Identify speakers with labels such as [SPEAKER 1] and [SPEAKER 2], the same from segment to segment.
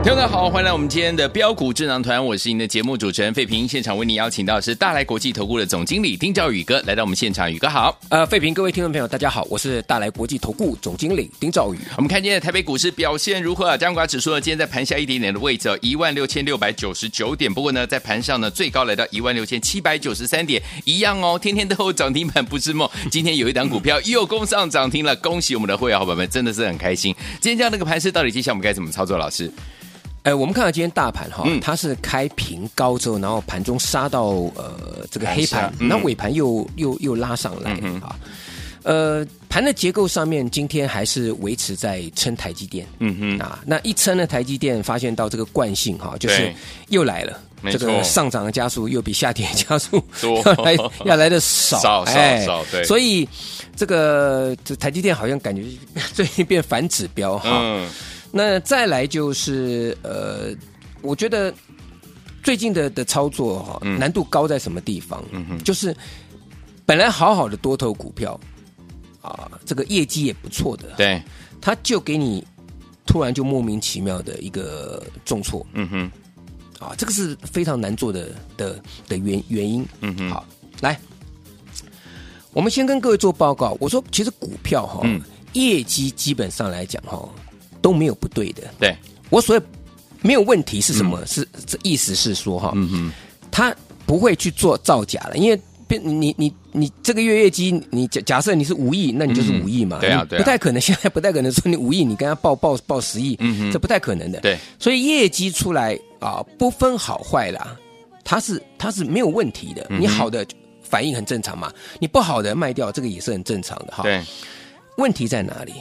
[SPEAKER 1] 听众大家好，欢迎来我们今天的标股智囊团，我是您的节目主持人费平。现场为您邀请到的是大来国际投顾的总经理丁兆宇哥来到我们现场，宇哥好。
[SPEAKER 2] 呃，费评各位听众朋友，大家好，我是大来国际投顾总经理丁兆宇。
[SPEAKER 1] 我们看今天的台北股市表现如何啊？加权指数呢，今天在盘下一点点的位置哦，一万六千六百九十九点。不过呢，在盘上呢，最高来到一万六千七百九十三点，一样哦，天天都有涨停板不是梦。今天有一档股票又攻上涨停了，恭喜我们的会员伙伴们，真的是很开心。今天这样的一个盘势，到底接下来我们该怎么操作？老师，
[SPEAKER 2] 呃，我们看到今天大盘哈、
[SPEAKER 1] 嗯
[SPEAKER 2] 它是开平高之后，然后盘中杀到呃这个
[SPEAKER 1] 盘
[SPEAKER 2] 黑
[SPEAKER 1] 下
[SPEAKER 2] 盘，
[SPEAKER 1] 嗯
[SPEAKER 2] 那、尾盘又又又拉上来啊、呃，盘的结构上面，今天还是维持在撑台积电。
[SPEAKER 1] 嗯哼，
[SPEAKER 2] 啊，那一撑呢，台积电发现到这个惯性哈、就是
[SPEAKER 1] 对
[SPEAKER 2] 又来了。
[SPEAKER 1] 没
[SPEAKER 2] 这
[SPEAKER 1] 错
[SPEAKER 2] 个上涨的加速又比下跌的加速
[SPEAKER 1] 多
[SPEAKER 2] 要 来要来的少，
[SPEAKER 1] 少少
[SPEAKER 2] 哎
[SPEAKER 1] 少对
[SPEAKER 2] 所以这个这台积电好像感觉最近变反指标哈、
[SPEAKER 1] 嗯，
[SPEAKER 2] 那再来就是呃，我觉得最近的的操作哈、
[SPEAKER 1] 嗯
[SPEAKER 2] 难度高在什么地方？
[SPEAKER 1] 嗯哼
[SPEAKER 2] 就是本来好好的多头股票啊，这个业绩也不错的，
[SPEAKER 1] 对，
[SPEAKER 2] 它就给你突然就莫名其妙的一个重挫
[SPEAKER 1] 嗯哼，
[SPEAKER 2] 啊，这个是非常难做的的的原原因。
[SPEAKER 1] 嗯哼
[SPEAKER 2] 好，来，我们先跟各位做报告。我说，其实股票哈、
[SPEAKER 1] 嗯
[SPEAKER 2] 业绩基本上来讲哈、都没有不对的。
[SPEAKER 1] 对，
[SPEAKER 2] 我所谓没有问题是什么？是这意思是说哈，
[SPEAKER 1] 嗯哼，
[SPEAKER 2] 他不会去做造假的，因为变你你你这个月业绩，你假假设你是五亿，那你就是
[SPEAKER 1] 嗯
[SPEAKER 2] 五亿嘛，
[SPEAKER 1] 对啊
[SPEAKER 2] 你
[SPEAKER 1] 对啊
[SPEAKER 2] 不太可能，现在不太可能说你五亿，你跟他报报报十亿，
[SPEAKER 1] 嗯哼
[SPEAKER 2] 这不太可能的。，
[SPEAKER 1] 对，
[SPEAKER 2] 所以业绩出来啊，不分好坏啦，它是它是没有问题的，
[SPEAKER 1] 嗯哼
[SPEAKER 2] 你好的。反应很正常嘛，你不好的卖掉，这个也是很正常的哈。
[SPEAKER 1] 对，
[SPEAKER 2] 问题在哪里？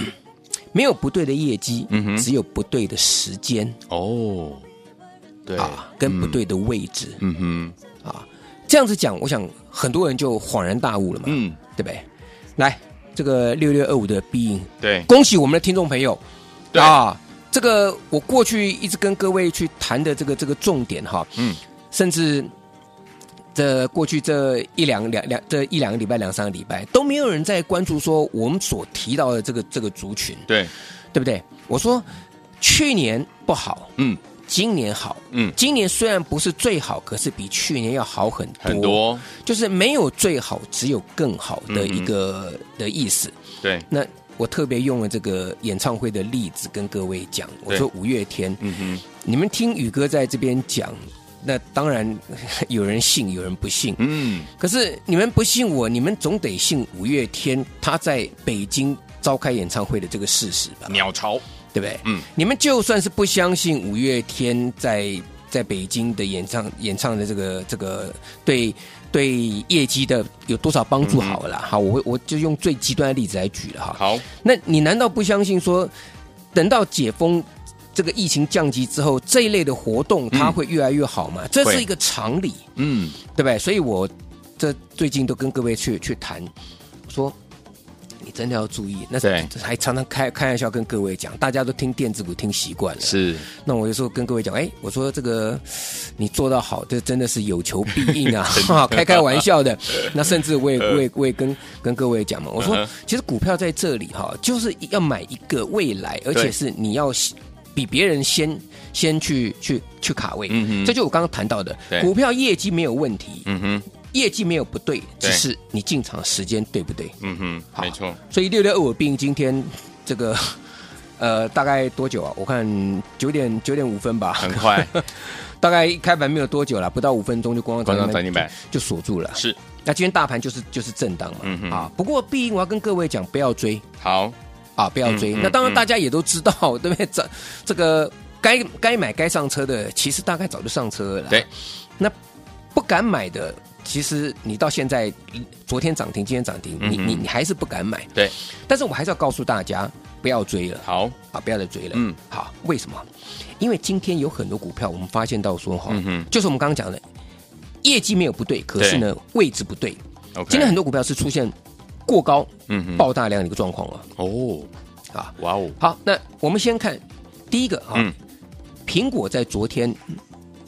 [SPEAKER 2] 没有不对的业绩，
[SPEAKER 1] 嗯哼
[SPEAKER 2] 只有不对的时间
[SPEAKER 1] 哦，对，
[SPEAKER 2] 啊，跟不对的位置、
[SPEAKER 1] 嗯哼，
[SPEAKER 2] 啊。这样子讲，我想很多人就恍然大悟了嘛，
[SPEAKER 1] 嗯，
[SPEAKER 2] 对不对？来，这个六六二五的 B 音，
[SPEAKER 1] 对，
[SPEAKER 2] 恭喜我们的听众朋友
[SPEAKER 1] 对，
[SPEAKER 2] 啊这个我过去一直跟各位去谈的这个这个重点哈，
[SPEAKER 1] 嗯，
[SPEAKER 2] 甚至这过去这一两两两这一两个礼拜两三个礼拜都没有人在关注说我们所提到的这个这个族群，
[SPEAKER 1] 对，
[SPEAKER 2] 对不对？我说去年不好，
[SPEAKER 1] 嗯，
[SPEAKER 2] 今年好，
[SPEAKER 1] 嗯
[SPEAKER 2] 今年虽然不是最好，可是比去年要好很多，
[SPEAKER 1] 很多，
[SPEAKER 2] 就是没有最好，只有更好的一个
[SPEAKER 1] 嗯
[SPEAKER 2] 的意思。
[SPEAKER 1] 对，
[SPEAKER 2] 那我特别用了这个演唱会的例子跟各位讲，我说五月天，
[SPEAKER 1] 嗯哼，
[SPEAKER 2] 你们听宇哥在这边讲，那当然 有人信，有人不信。
[SPEAKER 1] 嗯，
[SPEAKER 2] 可是你们不信我，你们总得信五月天他在北京召开演唱会的这个事实吧？
[SPEAKER 1] 鸟巢，
[SPEAKER 2] 对不对？
[SPEAKER 1] 嗯，
[SPEAKER 2] 你们就算是不相信五月天在在北京的演唱演唱的这个这个对对业绩的有多少帮助好了啦，好，我会我就用最极端的例子来举了哈。
[SPEAKER 1] 嗯好，
[SPEAKER 2] 那你难道不相信说，等到解封这个疫情降级之后，这一类的活动它会越来越好吗？这是一个常理，
[SPEAKER 1] 嗯，
[SPEAKER 2] 对不对？所以我这最近都跟各位去去谈，我说。你真的要注意，那
[SPEAKER 1] 对
[SPEAKER 2] 还常常开开玩笑跟各位讲，大家都听电子股听习惯了，
[SPEAKER 1] 是，
[SPEAKER 2] 那我有时候跟各位讲，哎，我说这个你做到好，这真的是有求必 应啊，哈， 开开玩笑的。那甚至我也我也我也跟跟各位讲嘛，我说、
[SPEAKER 1] 嗯嗯哼
[SPEAKER 2] 其实股票在这里哈，就是要买一个未来，而且是你要先比别人先先去去去卡位。
[SPEAKER 1] 嗯哼
[SPEAKER 2] 这就我刚刚谈到的
[SPEAKER 1] 对，
[SPEAKER 2] 股票业绩没有问题，
[SPEAKER 1] 嗯哼，
[SPEAKER 2] 业绩没有不对，
[SPEAKER 1] 对
[SPEAKER 2] 只是你进场时间对不对？
[SPEAKER 1] 嗯哼，
[SPEAKER 2] 好
[SPEAKER 1] 没错，
[SPEAKER 2] 所以六六二五病今天这个。 呃，大概多久啊？我看九点九点五分吧，
[SPEAKER 1] 很 快，
[SPEAKER 2] 大概一开盘没有多久了，不到五分钟就光
[SPEAKER 1] 关上
[SPEAKER 2] 光
[SPEAKER 1] 涨停板
[SPEAKER 2] 就锁住了。
[SPEAKER 1] 是，
[SPEAKER 2] 那今天大盘就是就是震荡嘛，
[SPEAKER 1] 嗯哼
[SPEAKER 2] 啊，不过必应我要跟各位讲，不要追
[SPEAKER 1] 好，
[SPEAKER 2] 啊，不要追。
[SPEAKER 1] 嗯嗯
[SPEAKER 2] 那当然
[SPEAKER 1] 嗯
[SPEAKER 2] 大家也都知道，对不对？这这个该该买该上车的，其实大概早就上车了啦。
[SPEAKER 1] 对，
[SPEAKER 2] 那不敢买的，其实你到现在，昨天涨停，今天涨停，你
[SPEAKER 1] 嗯哼
[SPEAKER 2] 你你还是不敢买。
[SPEAKER 1] 对，
[SPEAKER 2] 但是我还是要告诉大家，不要追了
[SPEAKER 1] 好，
[SPEAKER 2] 啊，不要再追了。
[SPEAKER 1] 嗯，
[SPEAKER 2] 好，为什么？因为今天有很多股票，我们发现到说哈，
[SPEAKER 1] 嗯哼
[SPEAKER 2] 就是我们刚刚讲的，业绩没有不对，可是呢位置不对。
[SPEAKER 1] ，OK，
[SPEAKER 2] 今天很多股票是出现过高
[SPEAKER 1] 嗯哼
[SPEAKER 2] 爆大量的一个状况了
[SPEAKER 1] 哦，
[SPEAKER 2] 啊。
[SPEAKER 1] 哇哦，
[SPEAKER 2] 好，那我们先看第一个啊，
[SPEAKER 1] 嗯
[SPEAKER 2] 苹果在昨天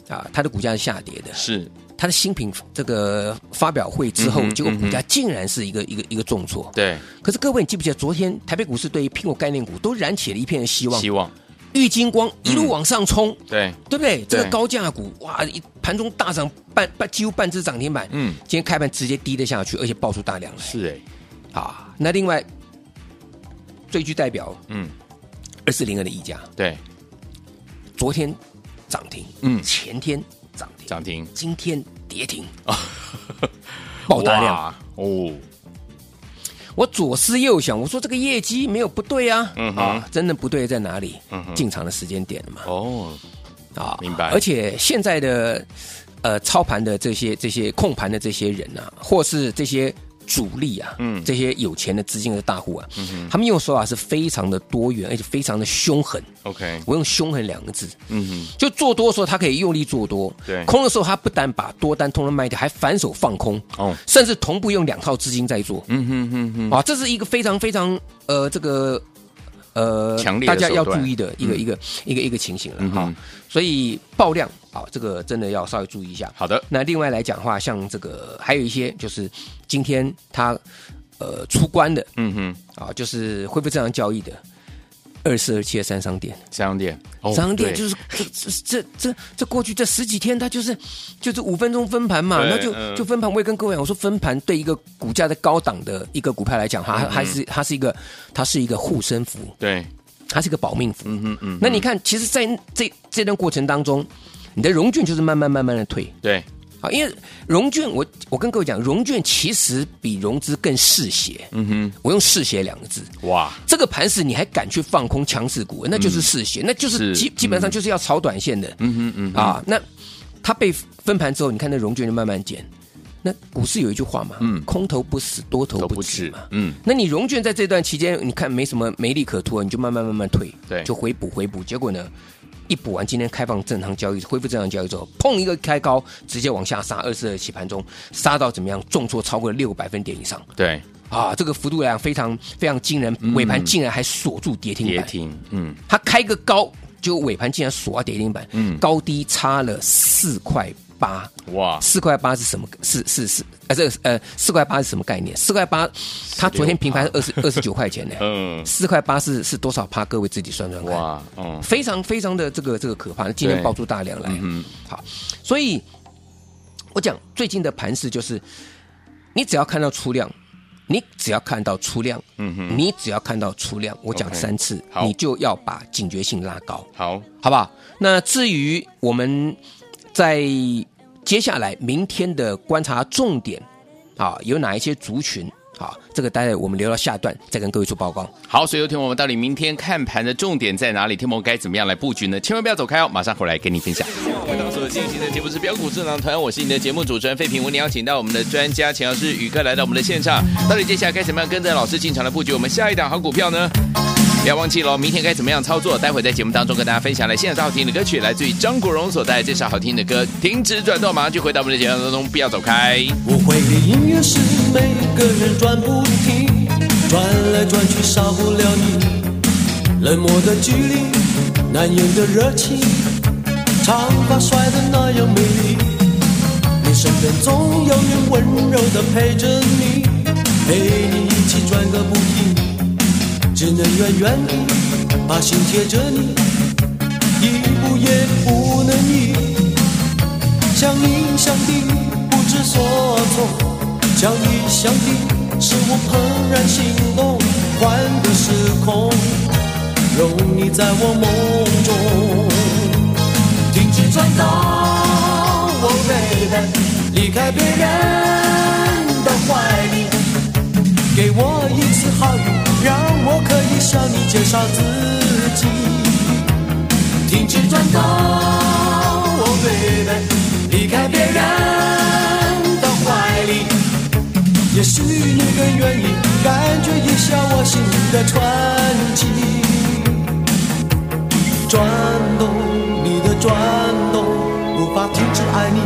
[SPEAKER 2] 啊，它的股价是下跌的，
[SPEAKER 1] 是
[SPEAKER 2] 它的新品这个发表会之后
[SPEAKER 1] 嗯，哼
[SPEAKER 2] 结果股价竟然是一个一个一个重挫。
[SPEAKER 1] 对，
[SPEAKER 2] 可是各位，你记不记得昨天台北股市对于苹果概念股都燃起了一片的希望
[SPEAKER 1] 希？望
[SPEAKER 2] 玉金光一
[SPEAKER 1] 嗯
[SPEAKER 2] 路往上冲，
[SPEAKER 1] 对，
[SPEAKER 2] 对不对？这个
[SPEAKER 1] 对
[SPEAKER 2] 高价股哇，一盘中大涨半半几乎半只涨停板，
[SPEAKER 1] 嗯，
[SPEAKER 2] 今天开盘直接低的下去，而且爆出大量来
[SPEAKER 1] 是哎，
[SPEAKER 2] 啊。那另外最具代表
[SPEAKER 1] 嗯，
[SPEAKER 2] 二四零二的溢价，
[SPEAKER 1] 对，
[SPEAKER 2] 昨天涨停，
[SPEAKER 1] 嗯
[SPEAKER 2] 前天涨停，
[SPEAKER 1] 涨停，
[SPEAKER 2] 今天跌停， 爆大量。
[SPEAKER 1] 哇哦，
[SPEAKER 2] 我左思右想，我说这个业绩没有不对啊，
[SPEAKER 1] 嗯哼
[SPEAKER 2] 啊，真的不对在哪里？
[SPEAKER 1] 嗯哼
[SPEAKER 2] 进场的时间点嘛，
[SPEAKER 1] 哦，
[SPEAKER 2] 啊，
[SPEAKER 1] 明白
[SPEAKER 2] 而且现在的呃操盘的这些这些控盘的这些人啊，或是这些主力啊，
[SPEAKER 1] 嗯
[SPEAKER 2] 这些有钱的资金的大户啊，他们用手法是非常的多元，而且非常的凶狠。
[SPEAKER 1] ，OK，
[SPEAKER 2] 我用凶狠两个字，
[SPEAKER 1] 嗯哼，
[SPEAKER 2] 就做多的时候，他可以用力做多；
[SPEAKER 1] 对
[SPEAKER 2] 空的时候，他不但把多单通通卖掉，还反手放空，
[SPEAKER 1] 哦，
[SPEAKER 2] 甚至同步用两套资金在做。
[SPEAKER 1] 嗯哼哼哼，
[SPEAKER 2] 啊，这是一个非常非常呃这个呃
[SPEAKER 1] 强烈的
[SPEAKER 2] 大家要
[SPEAKER 1] 手段
[SPEAKER 2] 注意的一个、
[SPEAKER 1] 嗯
[SPEAKER 2] 一个一个一个情形了
[SPEAKER 1] 嗯
[SPEAKER 2] 哈、
[SPEAKER 1] 哼
[SPEAKER 2] 所以爆量啊，这个真的要稍微注意一下。
[SPEAKER 1] 好的，
[SPEAKER 2] 那另外来讲的话，像这个还有一些就是今天它呃出关的
[SPEAKER 1] 嗯哼，
[SPEAKER 2] 啊，就是恢复正常交易的。二四二七的三商店，
[SPEAKER 1] 商店，哦
[SPEAKER 2] 商店
[SPEAKER 1] 对
[SPEAKER 2] 就是这这这这这过去这十几天，它就是就是五分钟分盘嘛，
[SPEAKER 1] 对
[SPEAKER 2] 那就
[SPEAKER 1] 嗯
[SPEAKER 2] 就分盘。我也跟各位讲，我说分盘对一个股价的高档的一个股票来讲，
[SPEAKER 1] 嗯
[SPEAKER 2] 它还是它是一个它是一个护身符，
[SPEAKER 1] 对，
[SPEAKER 2] 它是一个保命符。
[SPEAKER 1] 嗯哼嗯哼，
[SPEAKER 2] 那你看，其实在这这段过程当中，你的融券就是慢慢慢慢的退
[SPEAKER 1] 对，
[SPEAKER 2] 啊，因为融券我我跟各位讲，融券其实比融资更嗜血。
[SPEAKER 1] 嗯
[SPEAKER 2] 我用嗜血两个字，
[SPEAKER 1] 哼，哇，
[SPEAKER 2] 这个盘势你还敢去放空强势股，那就是嗜血，那就是是基
[SPEAKER 1] 嗯
[SPEAKER 2] 基本上就是要炒短线的、
[SPEAKER 1] 嗯哼嗯哼，
[SPEAKER 2] 啊。那它被分盘之后，你看那融券就慢慢减。那股市有一句话嘛，
[SPEAKER 1] 嗯
[SPEAKER 2] 空头不死，多头不止嘛。
[SPEAKER 1] 嗯，
[SPEAKER 2] 那你融券在这段期间，你看没什么没利可图，你就慢慢慢慢退，
[SPEAKER 1] 对
[SPEAKER 2] 就回补回补。结果呢，一补完今天开放正常交易，恢复正常交易之后，砰一个开高，直接往下杀，二十二期盘中杀到怎么样，重挫超过六个百分点以上。
[SPEAKER 1] 对，
[SPEAKER 2] 啊，这个幅度来讲非常非常惊人，尾盘竟然还锁住跌
[SPEAKER 1] 嗯
[SPEAKER 2] 停
[SPEAKER 1] 跌
[SPEAKER 2] 板，
[SPEAKER 1] 停，嗯，
[SPEAKER 2] 它开个高，就尾盘竟然锁到跌停板，
[SPEAKER 1] 嗯
[SPEAKER 2] 高低差了四块八，
[SPEAKER 1] 哇，
[SPEAKER 2] 四块八是什么？是是是，呃，这个呃，四块八是什么概念？四块八，它昨天平盘是二十二十九块钱呢，
[SPEAKER 1] 啊 嗯，
[SPEAKER 2] 四块八是是多少趴？各位自己算算看。
[SPEAKER 1] 哇，嗯，
[SPEAKER 2] 非常非常的这个这个可怕，今天
[SPEAKER 1] 对
[SPEAKER 2] 爆出大量来，
[SPEAKER 1] 嗯
[SPEAKER 2] 好，所以我讲最近的盘势就是，你只要看到出量，你只要看到出量，
[SPEAKER 1] 嗯哼，
[SPEAKER 2] 你只要看到出量，我讲
[SPEAKER 1] OK，
[SPEAKER 2] 三次
[SPEAKER 1] 好
[SPEAKER 2] 你就要把警觉性拉高，
[SPEAKER 1] 好，
[SPEAKER 2] 好不好？那至于我们在接下来明天的观察重点啊，有哪一些族群啊？这个待会我们留到下段再跟各位做报告。
[SPEAKER 1] 好，所以有听我们到底明天看盘的重点在哪里？天盟该怎么样来布局呢？千万不要走开哦，马上回来跟你分享。我们所进行的节目是标股智囊团，我是你的节目主持人费平。我们邀请到我们的专家钱老师宇哥来到我们的现场，到底接下来该怎么样跟着老师进场来布局我们下一档好股票呢？不要忘记了，明天该怎么样操作？待会在节目当中跟大家分享来现在好听的歌曲，来自于张国荣所带来这首好听的歌《停止转动》，马上就回到我们的节目当中，不要走开。
[SPEAKER 3] 我会的音乐是每个人转不停，转来转去少不了你。冷漠的距离，难言的热情，长发甩得那样美丽。你身边总有人温柔的陪着你，陪你一起转个不停。只能远远地把心贴着你，一步也不能移。想你想的不知所措，想你想的使我怦然心动，换个时空，容你在我梦中。停止转动，Oh baby，离开别人的怀里，给我一次好运，让我可以向你介绍自己。停止直转高。哦，baby，离开别人的怀里，也许你更愿意感觉一下我心的传奇，转动你的转动，无法停止爱你。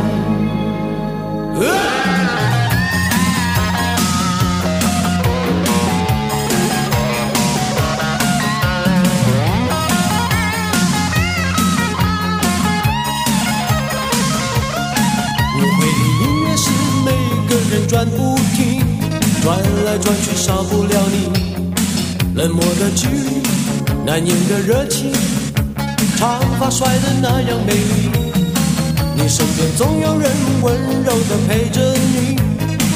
[SPEAKER 3] 呃舞会的音乐是每个人转不停，转来转去少不了你。冷漠的距离，难言的热情，长发甩得那样美丽。你身边总有人温柔的陪着你，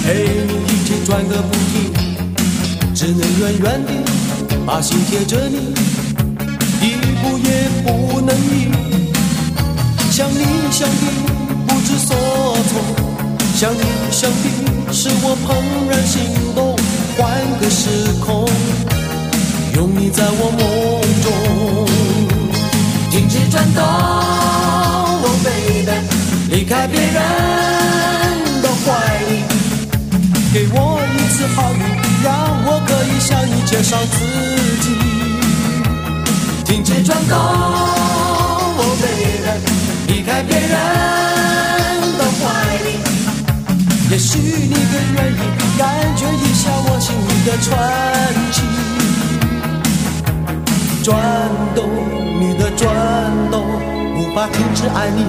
[SPEAKER 3] 陪你一起转个不停，只能远远地把心贴着你，一步也不能移。想你想的不知所措，想你想的使我怦然心动，换个时空，拥你在我梦中，停止转动，oh baby，离开别人的怀里，给我一次好运，让我可以向你介绍自己。停止转动，哦，baby，离开别人的怀里，也许你更愿意感觉一下我心里的传奇，转动你的转动，无法停止爱你，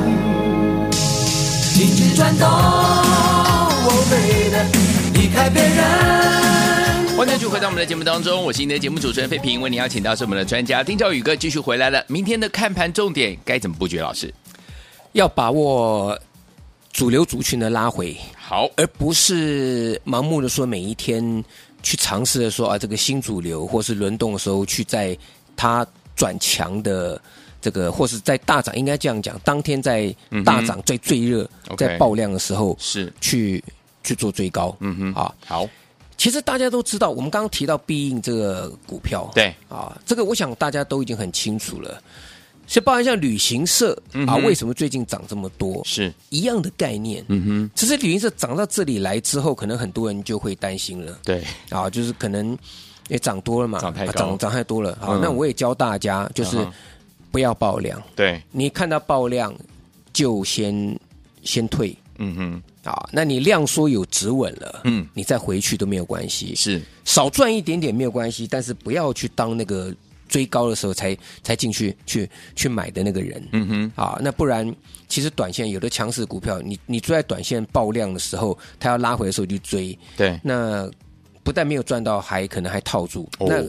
[SPEAKER 3] 停止转动，哦，baby，离开别人。
[SPEAKER 1] 欢迎继续回到我们的节目当中，我是您的节目主持人费平，为您邀请到是我们的专家丁兆宇哥继续回来了。明天的看盘重点该怎么布局？老师，
[SPEAKER 2] 要把握主流族群的拉回，
[SPEAKER 1] 好，
[SPEAKER 2] 而不是盲目的说每一天去尝试的说啊，这个新主流或是轮动的时候去在它转强的这个，或是在大涨，应该这样讲，当天在大涨、在最热、
[SPEAKER 1] 嗯 OK
[SPEAKER 2] 在爆量的时候
[SPEAKER 1] 是
[SPEAKER 2] 去去做追高，嗯哼，啊，
[SPEAKER 1] 好，
[SPEAKER 2] 其实大家都知道，我们刚刚提到必应这个股票，
[SPEAKER 1] 对
[SPEAKER 2] 啊，这个我想大家都已经很清楚了。所以包含像旅行社、啊，为什么最近涨这么多？
[SPEAKER 1] 嗯是
[SPEAKER 2] 一样的概念。嗯哼，只是旅行社涨到这里来之后，可能很多人就会担心了。
[SPEAKER 1] 对，
[SPEAKER 2] 啊，就是可能也涨多了嘛，
[SPEAKER 1] 涨太
[SPEAKER 2] 啊
[SPEAKER 1] 高
[SPEAKER 2] 涨涨太多了。好，
[SPEAKER 1] 嗯
[SPEAKER 2] 那我也教大家，就是
[SPEAKER 1] 嗯哼
[SPEAKER 2] 不要爆量，
[SPEAKER 1] 对，
[SPEAKER 2] 你看到爆量就先先退
[SPEAKER 1] 嗯哼，
[SPEAKER 2] 啊。那你量缩有止稳了，
[SPEAKER 1] 嗯
[SPEAKER 2] 你再回去都没有关系，
[SPEAKER 1] 是
[SPEAKER 2] 少赚一点点没有关系，但是不要去当那个追高的时候才才进去去去买的那个人。
[SPEAKER 1] 嗯哼，
[SPEAKER 2] 啊，那不然其实短线有的强势股票，你你追在短线爆量的时候，它要拉回的时候就追，
[SPEAKER 1] 对，
[SPEAKER 2] 那不但没有赚到，还可能还套住。
[SPEAKER 1] 哦
[SPEAKER 2] 那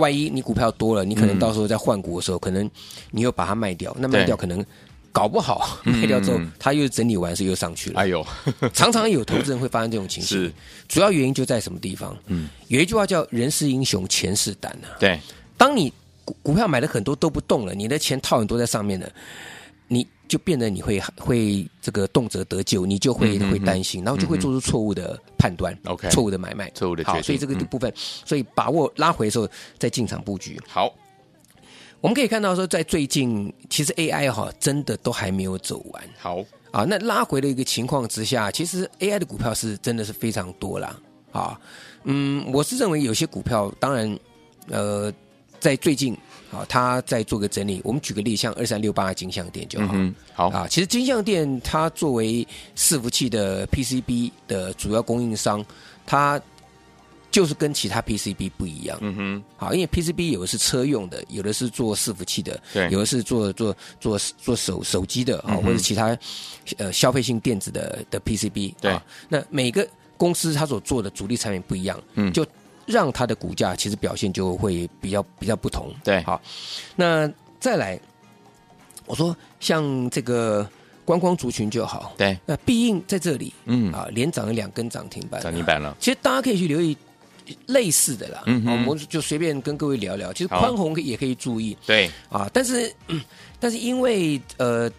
[SPEAKER 2] 万一你股票多了，你可能
[SPEAKER 1] 嗯
[SPEAKER 2] 到时候在换股的时候，可能你又把它卖掉，那卖掉可能搞不好 卖掉之后
[SPEAKER 1] 嗯，
[SPEAKER 2] 它又整理完是又上去了。
[SPEAKER 1] 哎呦，
[SPEAKER 2] 常常有投资人会发生这种情形
[SPEAKER 1] 是，
[SPEAKER 2] 主要原因就在什么地方？嗯，有一句话叫“人是英雄，钱是胆”啊。
[SPEAKER 1] 对，
[SPEAKER 2] 当你股股票买了很多都不动了，你的钱套很多在上面了，你就变得你会会这个动辄得咎，你就
[SPEAKER 1] 嗯
[SPEAKER 2] 会、会担心，然后就会做出错误的判断
[SPEAKER 1] OK
[SPEAKER 2] 错误的买卖，
[SPEAKER 1] 错误的决定嗯
[SPEAKER 2] 好，所以这个部分，所以把握拉回的时候再进场布局。
[SPEAKER 1] 好，
[SPEAKER 2] 我们可以看到说，在最近其实 AI 哈真的都还没有走完
[SPEAKER 1] 好，
[SPEAKER 2] 啊，那拉回的一个情况之下，其实 AI 的股票是真的是非常多啦啊，嗯，我是认为有些股票当然呃在最近啊，它在做个整理。我们举个例，像二三六八金像店就好。
[SPEAKER 1] 嗯，好，
[SPEAKER 2] 啊，其实金像店它作为伺服器的 PCB 的主要供应商，它就是跟其他 PCB 不一样。
[SPEAKER 1] 嗯哼，
[SPEAKER 2] 好，因为 PCB 有的是车用的，有的是做伺服器的，
[SPEAKER 1] 对嗯
[SPEAKER 2] 有的是做做做做手手机的啊，或者其他呃消费性电子的的 PCB。
[SPEAKER 1] 对
[SPEAKER 2] 啊，那每个公司它所做的主力产品不一样，
[SPEAKER 1] 嗯
[SPEAKER 2] 就让它的股价其实表现就会比较比较不同。
[SPEAKER 1] 对
[SPEAKER 2] 好，那再来，我说像这个观光族群就好，
[SPEAKER 1] 对，
[SPEAKER 2] 那必应在这里，
[SPEAKER 1] 嗯
[SPEAKER 2] 啊，连涨了两根涨停板，
[SPEAKER 1] 涨停板了，
[SPEAKER 2] 其实大家可以去留意类似的啦，
[SPEAKER 1] 嗯哼
[SPEAKER 2] 啊我们就随便跟各位聊聊。其实
[SPEAKER 1] 好
[SPEAKER 2] 宽宏也可以注意
[SPEAKER 1] 对，
[SPEAKER 2] 啊，但是、嗯但是因为呃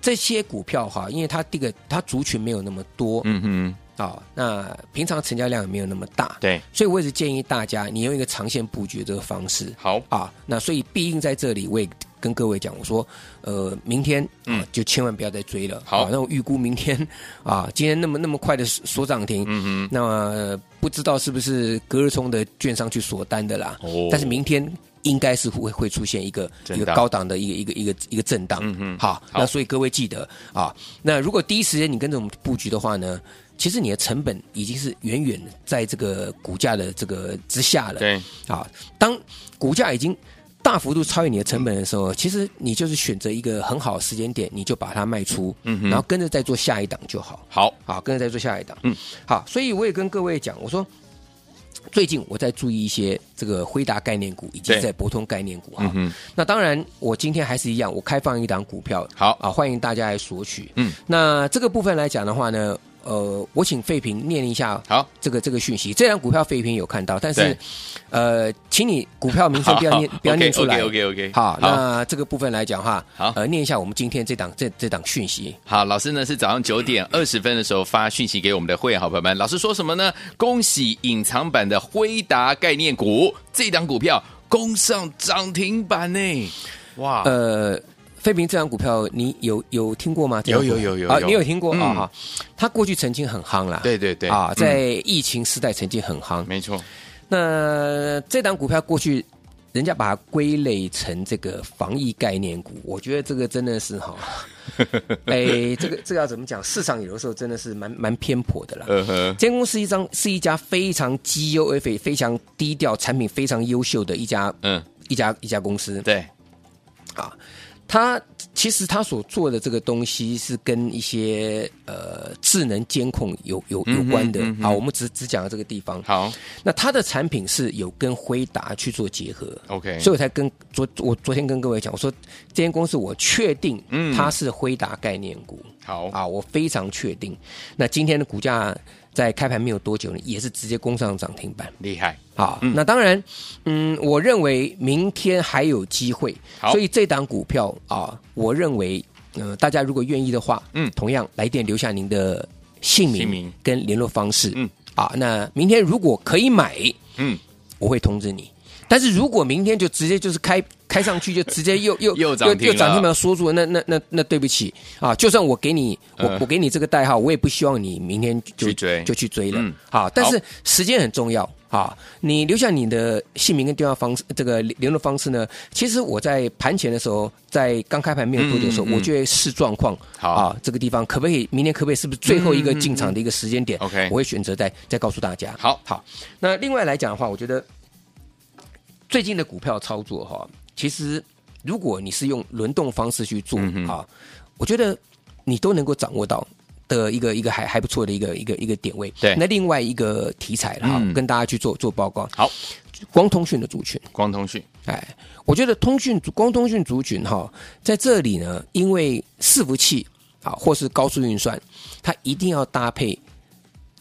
[SPEAKER 2] 这些股票哈，因为它这个它族群没有那么多
[SPEAKER 1] 嗯哼，
[SPEAKER 2] 啊，那平常成交量也没有那么大，
[SPEAKER 1] 对，
[SPEAKER 2] 所以我也是建议大家你用一个长线布局的这个方式
[SPEAKER 1] 好，
[SPEAKER 2] 啊。那所以必应在这里，我也跟各位讲，我说，呃，明天啊、就千万不要再追了。
[SPEAKER 1] 嗯好
[SPEAKER 2] 啊那我预估明天 啊，今天那么那么快的锁涨停，嗯那、呃不知道是不是隔日冲的券商去锁单的啦。
[SPEAKER 1] 哦
[SPEAKER 2] 但是明天。应该是会会出现一个
[SPEAKER 1] 震
[SPEAKER 2] 一
[SPEAKER 1] 荡
[SPEAKER 2] 个高档的一个一个一个一个震荡，
[SPEAKER 1] 嗯哼
[SPEAKER 2] 好，
[SPEAKER 1] 好
[SPEAKER 2] 那所以各位记得啊，那如果第一时间你跟着我们布局的话呢，其实你的成本已经是远远在这个股价的这个之下了，
[SPEAKER 1] 对，
[SPEAKER 2] 啊，当股价已经大幅度超越你的成本的时候，其实你就是选择一个很好的时间点，你就把它卖出，
[SPEAKER 1] 嗯哼
[SPEAKER 2] 然后跟着再做下一档就好，
[SPEAKER 1] 好，
[SPEAKER 2] 好，跟着再做下一档，
[SPEAKER 1] 嗯，
[SPEAKER 2] 好，所以我也跟各位讲，我说。最近我在注意一些这个辉达概念股以及
[SPEAKER 1] 对
[SPEAKER 2] 在博通概念股
[SPEAKER 1] 嗯
[SPEAKER 2] 哈，
[SPEAKER 1] 哼，
[SPEAKER 2] 那当然我今天还是一样，我开放一档股票，
[SPEAKER 1] 好
[SPEAKER 2] 啊，欢迎大家来索取。
[SPEAKER 1] 嗯，
[SPEAKER 2] 那这个部分来讲的话呢，呃，我请费平念一下
[SPEAKER 1] 好，
[SPEAKER 2] 这个这个讯息。这张股票费平有看到，但
[SPEAKER 1] 对
[SPEAKER 2] 是呃，请你股票名称不要念不要念出来。
[SPEAKER 1] OK OK，
[SPEAKER 2] 好，那这个部分来讲哈，
[SPEAKER 1] 好
[SPEAKER 2] 呃，念一下我们今天这档这这档讯息。
[SPEAKER 1] 好，老师呢是早上九点二十分的时候发讯息给我们的会员好朋友们，老师说什么呢？恭喜隐藏版的辉达概念股这档股票攻上涨停板呢！哇，
[SPEAKER 2] 呃，费平这张股票你有有听过吗？这
[SPEAKER 1] 有
[SPEAKER 2] 张股
[SPEAKER 1] 有有有
[SPEAKER 2] 啊，
[SPEAKER 1] 有
[SPEAKER 2] 你有听过
[SPEAKER 1] 嗯
[SPEAKER 2] 啊？哈，它过去曾经很夯啦，
[SPEAKER 1] 对对对
[SPEAKER 2] 啊
[SPEAKER 1] 嗯，
[SPEAKER 2] 在疫情时代曾经很夯，
[SPEAKER 1] 没错，
[SPEAKER 2] 那这档股票过去人家把它归类成这个防疫概念股，我觉得这个真的 是哈，哎，这个这个要怎么讲？市场有的时候真的是蛮蛮偏颇的啦。
[SPEAKER 1] 呃呵，
[SPEAKER 2] 这间公司一张是一家非常 GUF 非常低调、产品非常优秀的一家
[SPEAKER 1] 嗯，
[SPEAKER 2] 一家一家公司。啊
[SPEAKER 1] 对，
[SPEAKER 2] 它其实它所做的这个东西是跟一些呃智能监控有有有关的。
[SPEAKER 1] 嗯哼嗯哼
[SPEAKER 2] 好，我们只只讲到这个地方。
[SPEAKER 1] 好
[SPEAKER 2] 那它的产品是有跟辉达去做结合。
[SPEAKER 1] ，OK，
[SPEAKER 2] 所以我才跟昨我昨天跟各位讲，我说这间公司我确定
[SPEAKER 1] 嗯哦
[SPEAKER 2] 它是辉达概念股、
[SPEAKER 1] 好，
[SPEAKER 2] 啊，我非常确定。那今天的股价在开盘没有多久呢，也是直接攻上涨停板
[SPEAKER 1] 厉害，
[SPEAKER 2] 啊。那当然，嗯，我认为明天还有机会
[SPEAKER 1] 好，
[SPEAKER 2] 所以这档股票啊，我认为，呃，大家如果愿意的话，
[SPEAKER 1] 嗯
[SPEAKER 2] 同样来电留下您的姓
[SPEAKER 1] 姓
[SPEAKER 2] 名
[SPEAKER 1] 名
[SPEAKER 2] 跟联络方式，
[SPEAKER 1] 嗯
[SPEAKER 2] 啊，那明天如果可以买，
[SPEAKER 1] 嗯，
[SPEAKER 2] 我会通知你。但是如果明天就直接就是开开上去，就 直接又又
[SPEAKER 1] 又涨停了
[SPEAKER 2] 又涨停板说住了，那那那那对不起啊！就算我给你我、
[SPEAKER 1] 呃
[SPEAKER 2] 我给你这个代号，我也不希望你明天就
[SPEAKER 1] 去追
[SPEAKER 2] 就去追了。
[SPEAKER 1] 嗯
[SPEAKER 2] 好，但是时间很重要啊！你留下你的姓名跟电话方式，这个联联络方式呢？其实我在盘前的时候，在刚开盘没有多久的时候，
[SPEAKER 1] 嗯嗯嗯
[SPEAKER 2] 我就会视状况
[SPEAKER 1] 好
[SPEAKER 2] 啊，这个地方可不可以明天可不可以是不是最后一个进场的一个时间点、
[SPEAKER 1] 嗯嗯嗯 OK
[SPEAKER 2] 我会选择再再告诉大家。
[SPEAKER 1] 好
[SPEAKER 2] 好，那另外来讲的话，我觉得最近的股票操作哈，其实如果你是用轮动方式去做啊、
[SPEAKER 1] 嗯哼
[SPEAKER 2] 我觉得你都能够掌握到。的一个一个还还不错的一个一个一个点位，
[SPEAKER 1] 对
[SPEAKER 2] 那另外一个题材了哈，
[SPEAKER 1] 嗯
[SPEAKER 2] 跟大家去做做报告。
[SPEAKER 1] 好，
[SPEAKER 2] 光通讯的族群，
[SPEAKER 1] 光通讯，
[SPEAKER 2] 哎，我觉得通讯族光通讯族群哈、在这里呢，因为伺服器啊，或是高速运算，它一定要搭配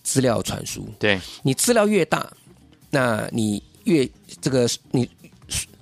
[SPEAKER 2] 资料传输。
[SPEAKER 1] 对，
[SPEAKER 2] 你资料越大，那你越这个你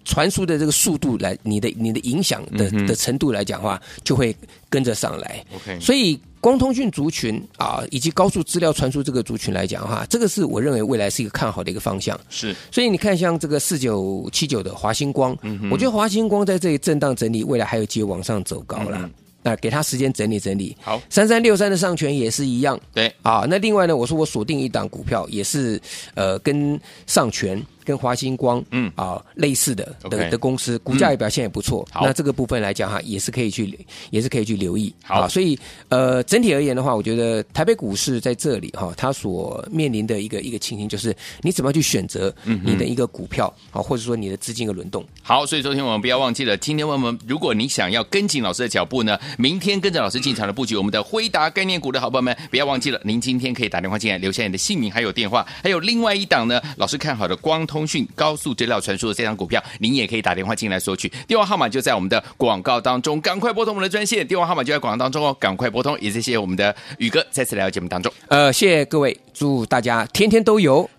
[SPEAKER 2] 传输的这个速度来，你的你的影响的、的程度来讲的话，就会跟着上来。
[SPEAKER 1] OK
[SPEAKER 2] 所以光通讯族群啊，以及高速资料传输这个族群来讲的话，这个是我认为未来是一个看好的一个方向。
[SPEAKER 1] 是，
[SPEAKER 2] 所以你看，像这个四九七九的华星光，我觉得华星光在这里震荡整理，未来还有机会往上走高啦。那给它时间整理整理。
[SPEAKER 1] 好
[SPEAKER 2] 三三六三的上权也是一样
[SPEAKER 1] 对，
[SPEAKER 2] 啊。那另外呢，我说我锁定一档股票，也是呃跟上权、跟华星光，
[SPEAKER 1] 嗯
[SPEAKER 2] 啊类似的
[SPEAKER 1] OK 嗯
[SPEAKER 2] 的的公司，股价也表现也不错。
[SPEAKER 1] 好
[SPEAKER 2] 那这个部分来讲哈，也是可以去也是可以去留意。
[SPEAKER 1] 好
[SPEAKER 2] 所以呃整体而言的话，我觉得台北股市在这里哈，它所面临的一个一个情形就是，你怎么样去选择
[SPEAKER 1] 嗯
[SPEAKER 2] 你的一个股票啊，或者说你的资金的轮动。
[SPEAKER 1] 好，所以昨天我们不要忘记了，今天我们如果你想要跟紧老师的脚步呢，明天跟着老师进场的布局，我们的辉达概念股的好朋友们，不要忘记了，您今天可以打电话进来，留下你的姓名还有电话，还有另外一档呢，老师看好的光通讯高速资料传输的这档股票，您也可以打电话进来索取，电话号码就在我们的广告当中，赶快拨通我们的专线，电话号码就在广告当中哦，赶快拨通，也谢谢我们的宇哥再次来到节目当中，
[SPEAKER 2] 呃，谢谢各位，祝大家天天都有。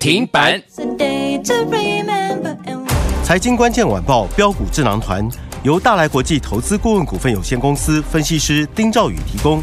[SPEAKER 4] It's a day to remember and
[SPEAKER 5] 财经关键晚报标股智囊团由大来国际投资顾问股份有限公司分析师丁兆宇提供。